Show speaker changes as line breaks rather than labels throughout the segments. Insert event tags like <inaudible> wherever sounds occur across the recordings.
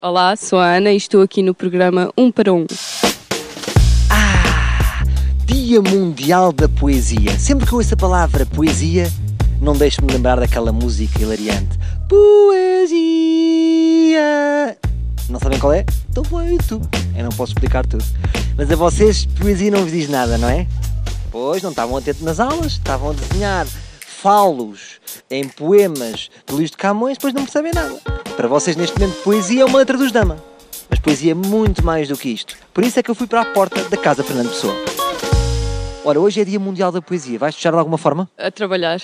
Olá, sou a Ana e estou aqui no programa Um para Um.
Ah! Dia Mundial da Poesia. Sempre que eu ouço a palavra poesia, não deixo-me lembrar daquela música hilariante. Poesia! Não sabem qual é? Estou tu. Eu não posso explicar tudo. Mas a vocês, poesia não vos diz nada, não é? Pois, não estavam atentos nas aulas, estavam a desenhar falos em poemas do Luís de Camões, pois não percebem nada. Para vocês, neste momento, poesia é uma letra dos dama. Mas poesia é muito mais do que isto. Por isso é que eu fui para a porta da Casa Fernando Pessoa. Ora, hoje é Dia Mundial da Poesia. Vais fechar de alguma forma?
A trabalhar.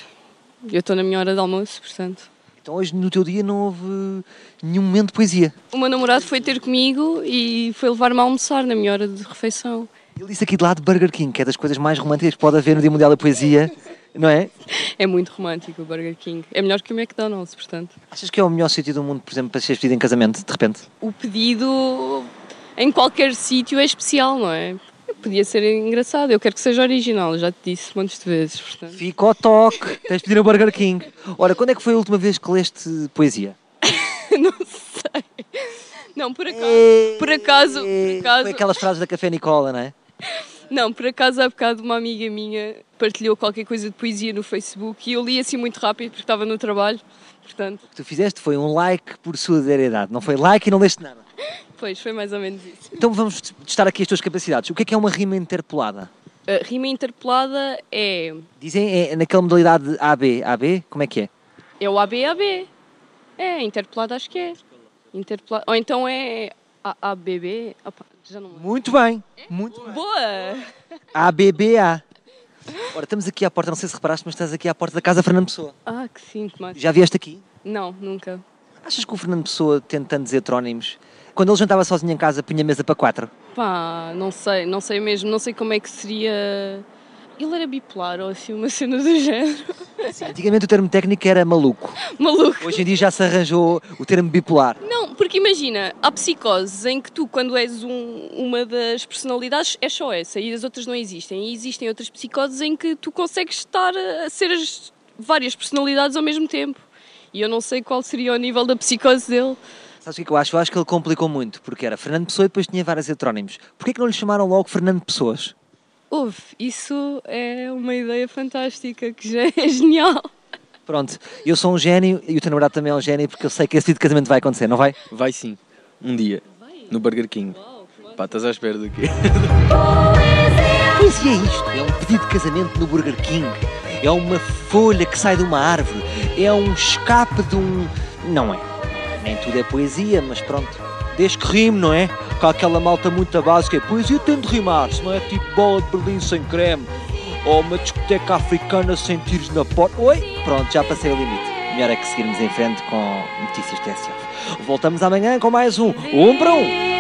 Eu estou na minha hora de almoço, portanto.
Então hoje no teu dia não houve nenhum momento de poesia.
O meu namorado foi ter comigo e foi levar-me a almoçar na minha hora de refeição.
Ele disse aqui de lado Burger King, que é das coisas mais românticas que pode haver no Dia Mundial da Poesia, não é?
É muito romântico o Burger King. É melhor que o McDonald's, portanto.
Achas que é o melhor sítio do mundo, por exemplo, para seres pedido em casamento, de repente?
O pedido em qualquer sítio é especial, não é? Podia ser engraçado. Eu quero que seja original, já te disse montes de vezes, portanto. <laughs>
Fica ao toque, tens de pedir o Burger King. Ora, quando é que foi a última vez que leste poesia?
Não sei. Não, por acaso. Eh, Por acaso, por
eh, Foi
acaso.
aquelas frases da Café Nicola, não é?
Não, por acaso há bocado uma amiga minha partilhou qualquer coisa de poesia no Facebook e eu li assim muito rápido porque estava no trabalho. Portanto,
O que tu fizeste foi um like por solidariedade, não foi like e não leste nada.
pois, foi mais ou menos isso.
Então vamos testar aqui as tuas capacidades. O que é que é uma rima interpolada?
A rima interpelada é,
Dizem é naquela modalidade AB. AB? Como é que é?
é o ABAB. É, interpelada acho que é. Interpelada. Ou então é AABB. Opa, já não lembro.
Muito bem, muito bem.
Boa!
ABBA. Ora, estamos aqui à porta, não sei se reparaste, mas estás aqui à porta da casa Fernando Pessoa.
Ah, que sintomático.
Já vieste aqui?
Não, nunca.
Achas que o Fernando Pessoa tem tantos heterónimos? Quando ele jantava sozinho em casa, punha mesa para quatro.
Pá, não sei, não sei mesmo, não sei como é que seria. Ele era bipolar ou assim, uma cena do género. <laughs>
Antigamente o termo técnico era maluco.
Maluco.
Hoje em dia já se arranjou o termo bipolar.
Não, porque imagina, há psicoses em que tu, quando és um- uma das personalidades, és só essa e as outras não existem. E existem outras psicoses em que tu consegues estar a a ser as várias personalidades ao mesmo tempo. E eu não sei qual seria o nível da psicose dele.
Sabes o que é que eu acho? Eu acho que ele complicou muito, porque era Fernando Pessoa e depois tinha vários heterónimos. Porquê que não lhe chamaram logo Fernando Pessoas?
Ouve, isso é uma ideia fantástica que já é <laughs> genial.
Pronto, eu sou um gênio e o teu namorado também é um gênio, porque eu sei que esse tipo de casamento vai acontecer, não vai?
Vai sim, um dia, no Burger King. Pá, estás à espera do quê?
Pois é isto, é um pedido de casamento no Burger King, é uma folha que sai de uma árvore, é um escape de um... Não é, nem tudo é poesia, mas pronto, desde que rime, não é? Com aquela malta muito básica, "É poesia tem de rimar, se não é tipo bola de Berlim sem creme, ou uma discoteca africana sem tiros na porta, oi? Pronto, já passei o limite, melhor é que seguirmos em frente com notícias TSF. Voltamos amanhã com mais um Um para Um!